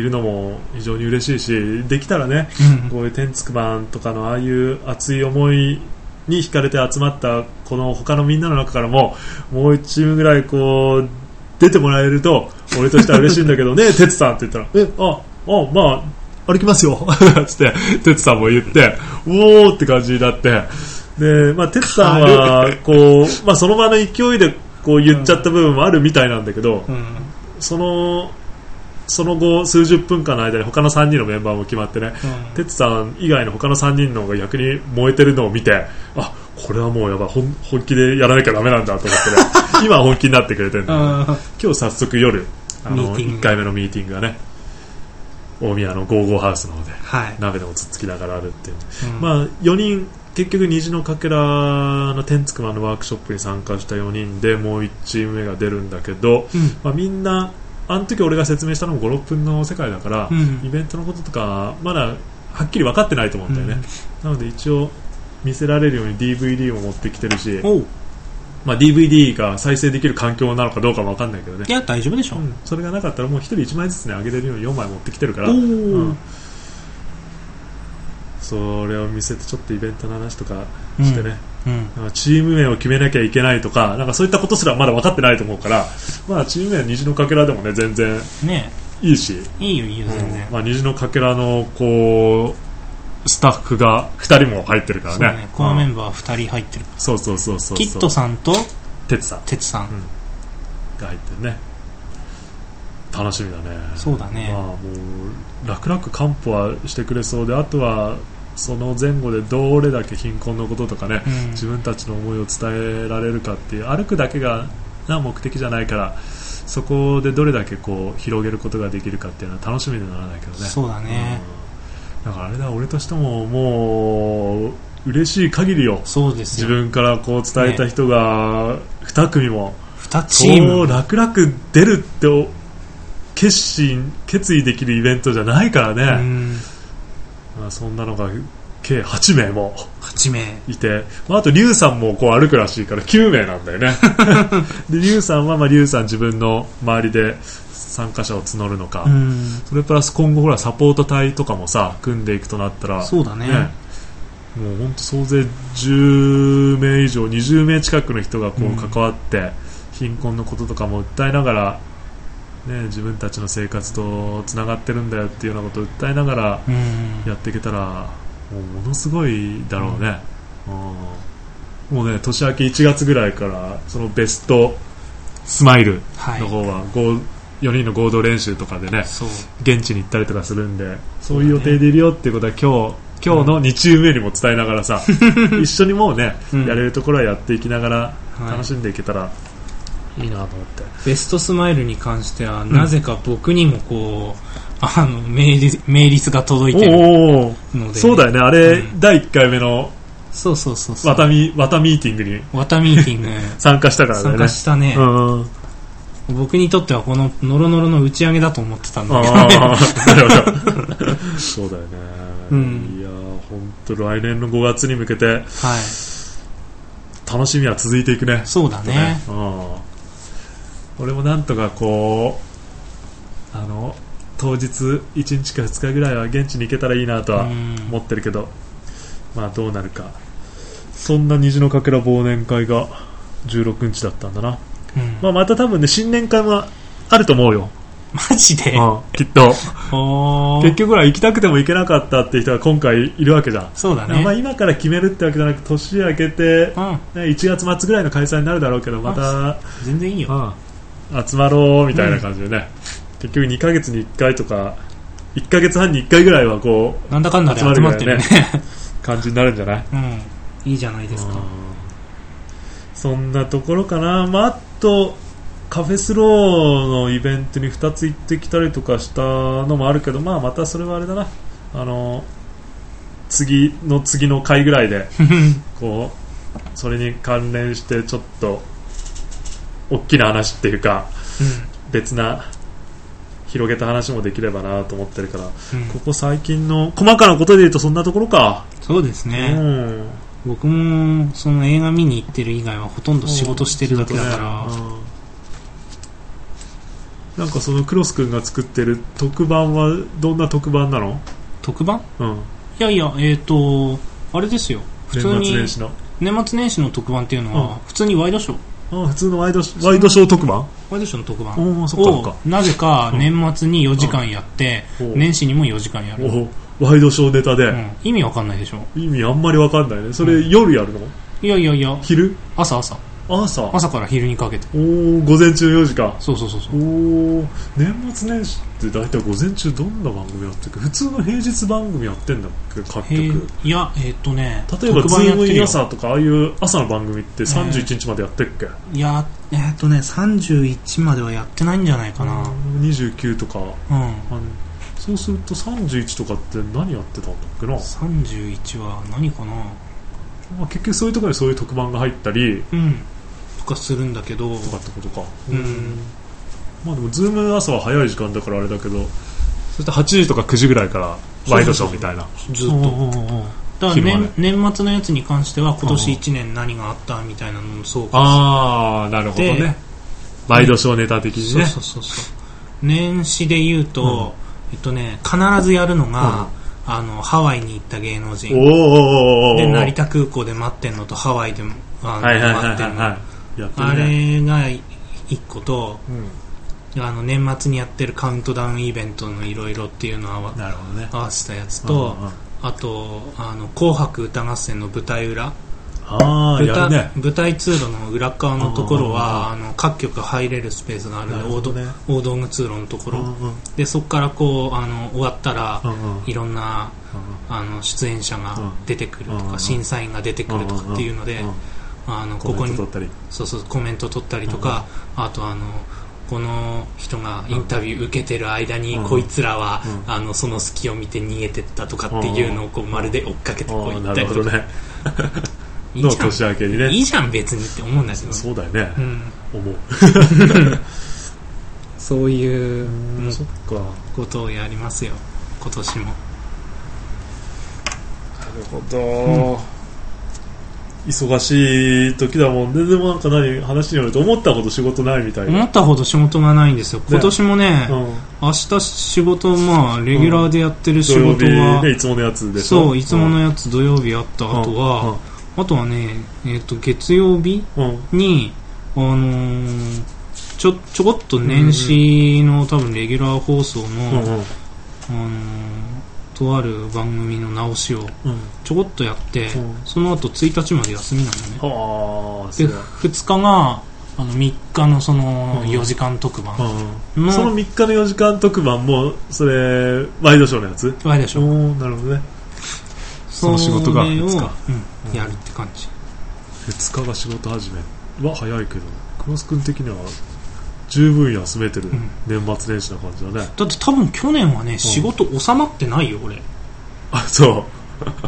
A: いるのも非常に嬉しいしできたらね
B: うん
A: こういう天竺版とかのああいう熱い思いに惹かれて集まったこの他のみんなの中からももう1チームぐらいこう出てもらえると俺としては嬉しいんだけどね *laughs* 哲さんって言ったら「えああまあ歩きますよ」 *laughs* つって哲さんも言って「おお!」って感じになってで、まあ、哲さんはこう、まあ、その場の勢いでこう言っちゃった部分もあるみたいなんだけど、
B: うん
A: そのその後数十分間の間に他の3人のメンバーも決まってね、
B: うん
A: てつさん以外の他の3人の方が逆に燃えてるのを見てあこれはもうやばい本本気でやらなきゃダメなんだと
B: *laughs*
A: 思ってね今は本気になってくれてるんだ
B: あ
A: 今日早速夜あ
B: ミー
A: の
B: ティング
A: 1回目のミーティングがね大宮のゴーゴーハウスの方で
B: はい
A: 鍋でもつっつきながらあるっていう、
B: うん
A: まあ4人結局虹のかけらの天つくまのワークショップに参加した4人でもう1チーム目が出るんだけど、
B: うん
A: まあ、みんなあの時俺が説明したのも56分の世界だから、
B: うん
A: イベントのこととかまだはっきり分かってないと思うんだよね、なので一応見せられるように DVD を持ってきてるし、
B: おう
A: まあ、DVD が再生できる環境なのかどうかも分かんないけどね
B: いや大丈夫でしょ、
A: うん、それがなかったらもう1人1枚ずつね上げれるように4枚持ってきてるから、
B: おお、
A: うんそれを見せてちょっとイベントの話とかしてね、
B: うん
A: なんかチーム名を決めなきゃいけないとかなんかそういったことすらまだ分かってないと思うから、まあ、チーム名は虹のかけらでもね全然
B: ね
A: いいし、
B: えいいよいいよ全然、
A: まあ、虹のかけらのこうスタッフが2人も入ってるか
B: そ
A: ら
B: う
A: ね
B: ねコアメ
A: うん
B: ンバー2人入ってるから
A: そうそうそうそう
B: キットさんと
A: テツさん
B: テツさん、
A: が入ってるね楽しみだね
B: そうだね
A: まあ、もう楽々完歩はしてくれそうであとはその前後でどれだけ貧困のこととかね、
B: うん
A: 自分たちの思いを伝えられるかっていう歩くだけがな目的じゃないからそこでどれだけこう広げることができるかっていうのは楽しみでならないけどね
B: そうだね、
A: うんだからあれだ俺としてももう嬉しい限りよ
B: そうです
A: 自
B: よ
A: 分からこう伝えた人が2組も、
B: 2チー
A: そう
B: ム
A: 楽々出るってお決心決意できるイベントじゃないから
B: う
A: ね、
B: ん
A: まあ、そんなのが計8名も
B: 8名
A: いて、まあ、あとリュウさんもこう歩くらしいから9名なんだよ
B: *laughs*
A: ねでリュウさんはまあリュウさん自分の周りで参加者を募るのか、
B: うん
A: それプラス今後ほらサポート隊とかもさ組んでいくとなったら
B: そうだね
A: ねもう本当総勢10名以上20名近くの人がこ
B: うん
A: う関わって、貧困のこととかも訴えながら、ね、自分たちの生活とつながってるんだよっていうようなことを訴えながら
B: うん
A: やっていけたらもうものすごいだろうね、うんもうね年明け1月ぐらいからそのベストスマイル
B: は
A: の
B: い
A: 方は合4人の合同練習とかでね
B: そう
A: 現地に行ったりとかするんでそういう予定でいるよっていうことは今日今日の2チーム目にも伝えながらさ *laughs* 一緒にもうね、
B: うん
A: やれるところはやっていきながら
B: はい
A: 楽しんでいけたらいいなと思って、
B: ベストスマイルに関しては、なぜか僕にもこう、 *laughs* あの、メール、メール率が届いてるので
A: おうおうおう、
B: ね、
A: そうだよねあれ、
B: うん
A: 第1回目の
B: そうそうそうそう。
A: ワタミワタミーティングに
B: ワタミーテ *laughs* ィング
A: 参加したからだよね
B: 参加したね
A: う。んうん
B: 僕にとってはこのノロノロの打ち上げだと思ってたんだけどね。
A: ああなるほど *laughs* そうだよね、
B: うん
A: いやー本当来年の5月に向けて
B: はい。
A: 楽しみは続いていくね
B: そうだね
A: ね。うん、俺もなんとかこうあの当日1日か2日ぐらいは現地に行けたらいいなと
B: う
A: は
B: ん。
A: 思ってるけど、まあどうなるかそんな虹のかけら忘年会が16日だったんだな、
B: うん
A: まあ、また多分ね新年会もあると思うよ、
B: マジで
A: うんきっと
B: おー
A: 結局は行きたくても行けなかったっていう人が今回いるわけじゃん、
B: そうだ
A: まあ
B: ね。
A: 今から決めるってわけじゃなく年明けて、ね、
B: うん。
A: 1月末ぐらいの開催になるだろうけどまた
B: 全然いいよ。
A: うん、集まろうみたいな感じでね、結局2ヶ月に1回とか1ヶ月半に1回ぐらいはこう
B: なんだかんだで集まってるね。
A: 感じになるんじゃない
B: うん。いいじゃないです
A: うん
B: か。
A: そんなところかな、まあ、あとカフェスローのイベントに2つ行ってきたりとかしたのもあるけど、まあ、またそれはあれだなあの次の次の回ぐらい
B: *laughs*
A: でこうそれに関連してちょっと大きな話っていうか別な広げた話もできればなと思ってるからこ
B: うん。うん。
A: こ最近の細かなことで言うとそんなところか、
B: そうですね。
A: うん
B: 僕もその映画見に行ってる以外はほとんど仕事してるだけだから、
A: 仕事ねうんなんかそのクロス君が作ってる特番はどんな特番なの、
B: 特番
A: うん、
B: いやいやえっ、とあれですよ普
A: 年
B: 通に
A: 末年始の
B: 年末年始の特番っていうのは、普通にワイドショー
A: あ普通のワイドシワイドショー特番
B: ワイドショーの特番
A: おおそっかそっ
B: を
A: か
B: なぜか年末に4時間やって、
A: うん
B: 年始にも4時間やる、
A: おワイドショーネタ
B: う
A: で、
B: ん、意味わかんないでしょ
A: 意味あんまりわかんないねそうれ
B: ん
A: 夜やるの
B: いやいやいや
A: 昼
B: 朝朝
A: 朝
B: 朝から昼にかけて
A: おお午前中4時か
B: そうそうそうそう
A: おお年末年始って大体午前中どんな番組やってるか普通の平日番組やってんだっけ各
B: へ
A: 局
B: ーいやえっ、とね
A: 例えば「
B: 特
A: ズ
B: 番や
A: ー
B: って
A: ム
B: る
A: イン
B: よ
A: 朝」とかああいう朝の番組って31日までやってっけ、
B: いやえっ、とね31まではやってないんじゃないかな
A: 29とか
B: うん
A: あのそうすると31とかって何やってたんだっけな
B: 31は何かな
A: まあ、結局そういうところにそういう特番が入ったり
B: うんとかするんだけど
A: とかってことか
B: うん
A: まあでもズーム朝は早い時間だからあれだけどそして8時とか9時ぐらいからワイドショーみたいな
B: ずっとだから
A: 昼ま
B: 年
A: で
B: 年末のやつに関しては今年1年何があったみたいなのもそうか
A: ああなるほど
B: で
A: ねワイドショーネタ的に
B: そう
A: ね
B: そうそうそう年始で言うと、えっとね必ずやるのが、あのハワイに行った芸能
A: お
B: 人
A: お
B: で成
A: は
B: 田空港で待ってんのとハワイであの
A: いはいはい
B: 待ってんの
A: はいやって
B: あ
A: るね
B: れが一個と
A: う
B: あの年末にやってるカウントダウンイベントのいろいろっていうのを合わ
A: んなるほどね
B: 合わせたやつ
A: うんう
B: と
A: ん
B: あと「あの紅白歌合戦」の舞台裏
A: ああ
B: 舞
A: やる
B: 台
A: ね
B: 舞台通路の裏側のところはあの各局入れるスペースがある
A: なる
B: の
A: ほど
B: で
A: ね
B: 大道具通路のとこ
A: うんう
B: ろ
A: んうん
B: でそこからこうあの終わったら
A: うんうん
B: いろんなあの出演者が出てくると
A: うんうんう
B: か
A: ん
B: 審査員が出てくるとかっていうので
A: うんうん
B: あのこ
A: コ
B: こ
A: メ
B: に
A: ント取ったり
B: そうそうコメント取ったりとか、あとあのこの人がインタビュー受けてる間に、
A: うん
B: こいつらは、
A: う
B: あのその隙を見て逃げてったとかっていうのをこうまるで追っかけてこう
A: ああ
B: 行
A: な
B: った
A: るほ
B: りと
A: ど
B: か、
A: ね
B: いい
A: の
B: じゃん
A: 年明けにね
B: いいじゃん別にって思うんだけど
A: そうだよね
B: うん、
A: 思う
B: そういうもう
A: そっかな
B: ことをやりますよ今年も
A: るほど忙しい時だもんねでもなんか何話によると思ったこと仕事ないみたい
B: 思
A: な
B: ったほど仕事がないんですよ今年もね、
A: うん
B: 明日仕事まあレギュラーでやってる
A: 土
B: 仕
A: 曜日
B: 事は、
A: ねいつものやつでしょ
B: そういつもの
A: や
B: やつ土曜日あったあとは、あとはね、えっと月曜日
A: うんうん
B: に、あのーちょちょこっと年始の多分レギュラー放送
A: うん
B: の、
A: うん
B: あのーとある番組の直しを
A: うん
B: ちょこっとやって、
A: うん
B: その後1日まで休みなのね
A: はあす
B: で
A: ごい
B: 2日があの3日のその
A: うん
B: 4時間特番
A: うんその
B: の
A: 3日の4時間特番もそれワイドショーのやつ
B: 場合でし
A: お
B: ょ
A: おなるほどねその仕事が
B: それを
A: 二日
B: うんやるって感じ
A: 2日が仕事始めは早いけど熊須君的には十分休めてる
B: うん
A: 年末年始な感じだね、 *laughs*
B: だって多分去年はね仕事収まってないよ俺
A: あそ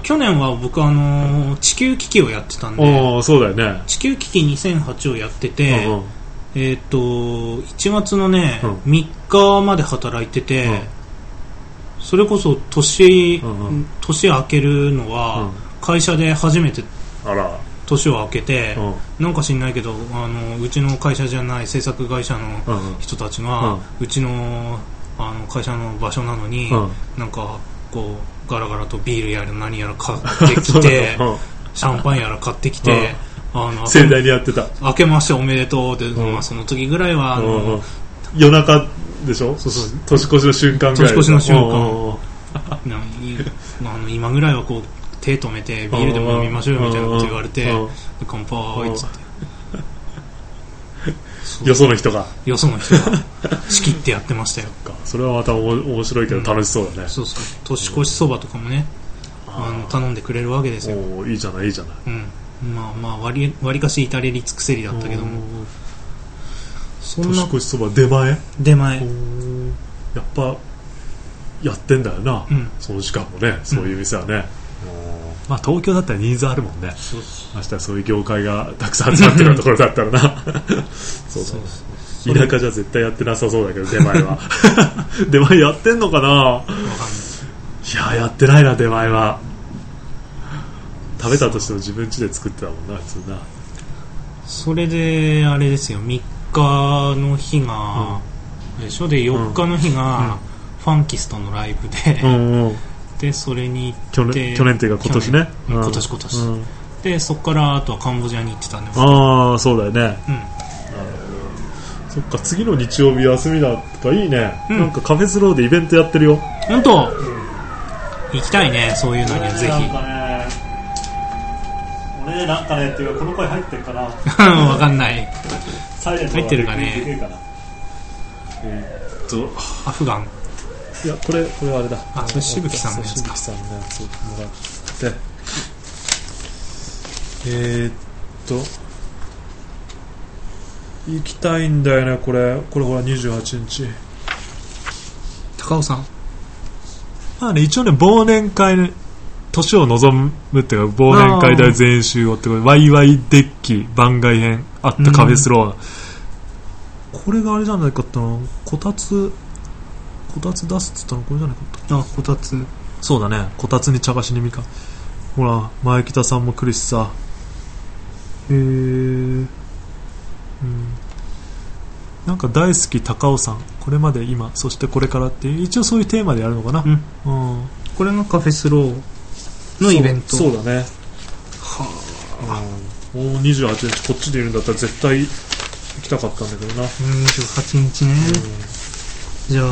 B: 去年は僕あのー地球危機をやってたん
A: う、
B: で
A: おーそうだよね、
B: 地球危機2008をやってて、
A: うんうん
B: えーっ、と1月のね、
A: うん
B: 3日まで働いてて、
A: うん
B: それこそ年、
A: うんうん
B: 年明けるのは、
A: うん
B: 会社で初めて
A: あら、
B: 年を明けて
A: う、ん
B: なんか知んないけどあのうちの会社じゃない制作会社の
A: うんうん
B: 人たちが、
A: う
B: うんちのあの会社の場所なのに、
A: うん
B: なんかこうガラガラとビールやら何やら買ってきて
A: *laughs* そう
B: シャンパンやら買ってきて、あの
A: だ盛大にやってた、
B: 明けましておめでとうって、
A: うん
B: まあ、その時ぐらいはあの、
A: うんうん夜中でしょ
B: そうそう
A: 年越しの瞬間ぐらい
B: 年越しの瞬間
A: うんうんうん
B: なんかいいあの今ぐらいはこう手止めてビールでも飲みましょうよみたいなこと言われて
A: うんうん
B: 乾杯っつってそう
A: よその人が
B: よその人が仕切ってやってましたよ
A: それはまたおも面白いけど楽しそうだね、
B: そうそう年越しそばとかもねあの頼んでくれるわけですよ、
A: おーいいじゃないいいじゃない
B: うんまあまあ割り割りかし至れり尽くせりだったけども
A: うん
B: そん
A: 年
B: な
A: 越しそば出前
B: 出前う
A: やっぱやってんだよな、
B: ん
A: その時間もねそういう店はね、まあ東京だったらニーズあるもんね
B: そうそ
A: ましてはそういう業界がたくさん集まってるところだったらな *laughs* そう
B: う
A: そう
B: そ
A: 田
B: れわか
A: 舎じゃ絶対やってなさそうだけど出前は *laughs* 出前やってんのかなん
B: ない
A: いややってないな出前は食べたとしても自分家で作ってたもんな普通な
B: それであれですよ3日の日が、でしょで4日の日が、ファンキストのライブで、
A: ん、うん、
B: でそれに
A: 去
B: で
A: 年去年っていうか今年ね
B: 去年
A: うん
B: 今年今年
A: うん
B: 行ってそこからあとはカンボジアに行ってたんで
A: ああそうだよね
B: うん
A: そっか次の日曜日休みだとかいいね、
B: うん
A: なんかカフェスローでイベントやってるよ
B: 本当行きたいねそういうのにはぜひ *laughs*
A: なんかね俺なんかねっていうかこの声入ってるか
B: *laughs*
A: な
B: 分かんない
A: サイレントが
B: 入ってるかね
A: できるかなえーっと
B: アフガン
A: いやこれこれはあれだ
B: あそれしぶきさんのやつか
A: そうしぶきさんのやつをもらってえー、っと行きたいんだよねこれこれほら28日
B: 高尾さん
A: まあね、一応ね、忘年会年を望むっていうか忘年会大全集をってことでワイワイデッキ番外編あったカフェスローナ、これがあれじゃないかったなこたつこたつ出すっつったのこれじゃないかった
B: あこたつ
A: そうだねこたつに茶菓子にみかんほら前北さんも来るしさえー、うんなんか大好き高尾さんこれまで今そしてこれからっていう一応そういうテーマでやるのかなうん、
B: これがカフェスローのイベント
A: そうそうだね
B: は
A: うんもう28日こっちでいるんだったら絶対行きたかったんだけどな、
B: あ28日ね、じゃ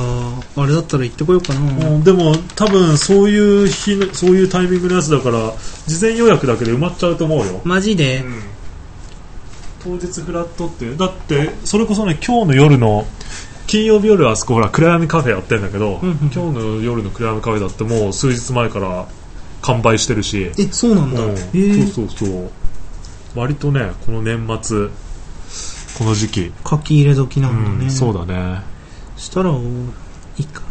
B: ああれだったら行ってこようかな、
A: うんでも多分そういう日のそういうタイミングのやつだから事前予約だけで埋まっちゃうと思うよ、
B: マジで、
A: 当日フラットってだってそれこそね今日の夜の金曜日夜あそこほら暗闇カフェやってんだけど、
B: うんうんうん
A: 今日の夜の暗闇カフェだってもう数日前から完売してるし、
B: えそうなんだ、
A: うん
B: へえ
A: そうそうそう割とねこの年末この時期、
B: 書き入れ時なんだね、
A: うんそうだね、
B: したらおいいか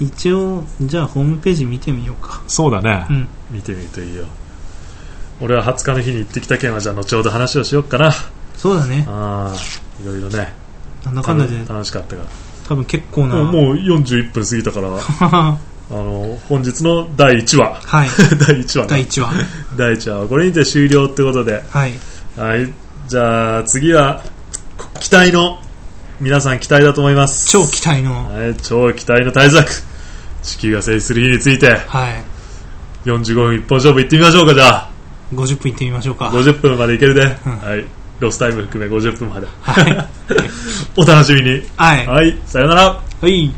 B: 一応じゃあホームページ見てみようか
A: *laughs* そうだね、
B: うん
A: 見てみるといいよ俺は20日の日に行ってきた件はじゃあ後ほど話をしよっかな
B: そうだね
A: あーいろいろね
B: なんだかんだ
A: 楽
B: で
A: 楽しかったから
B: 多分結構な
A: もうもう41分過ぎたから
B: *laughs* は
A: あの本日の第1話 *laughs*
B: い
A: 第1話ね
B: 第1話
A: 第1話はこれにて終了ってことで
B: はい
A: はいじゃあ次は期待の皆さん期待だと思います
B: 超期待の
A: はい、超期待の大作地球が成立する日について
B: は
A: 45分一本勝負行ってみましょうかじゃあ
B: い50分いってみましょうか
A: 50分までいけるで、
B: ん
A: はいロスタイム含め50分まで
B: はい
A: お楽しみに
B: *laughs* はい
A: はいさよなら
B: はい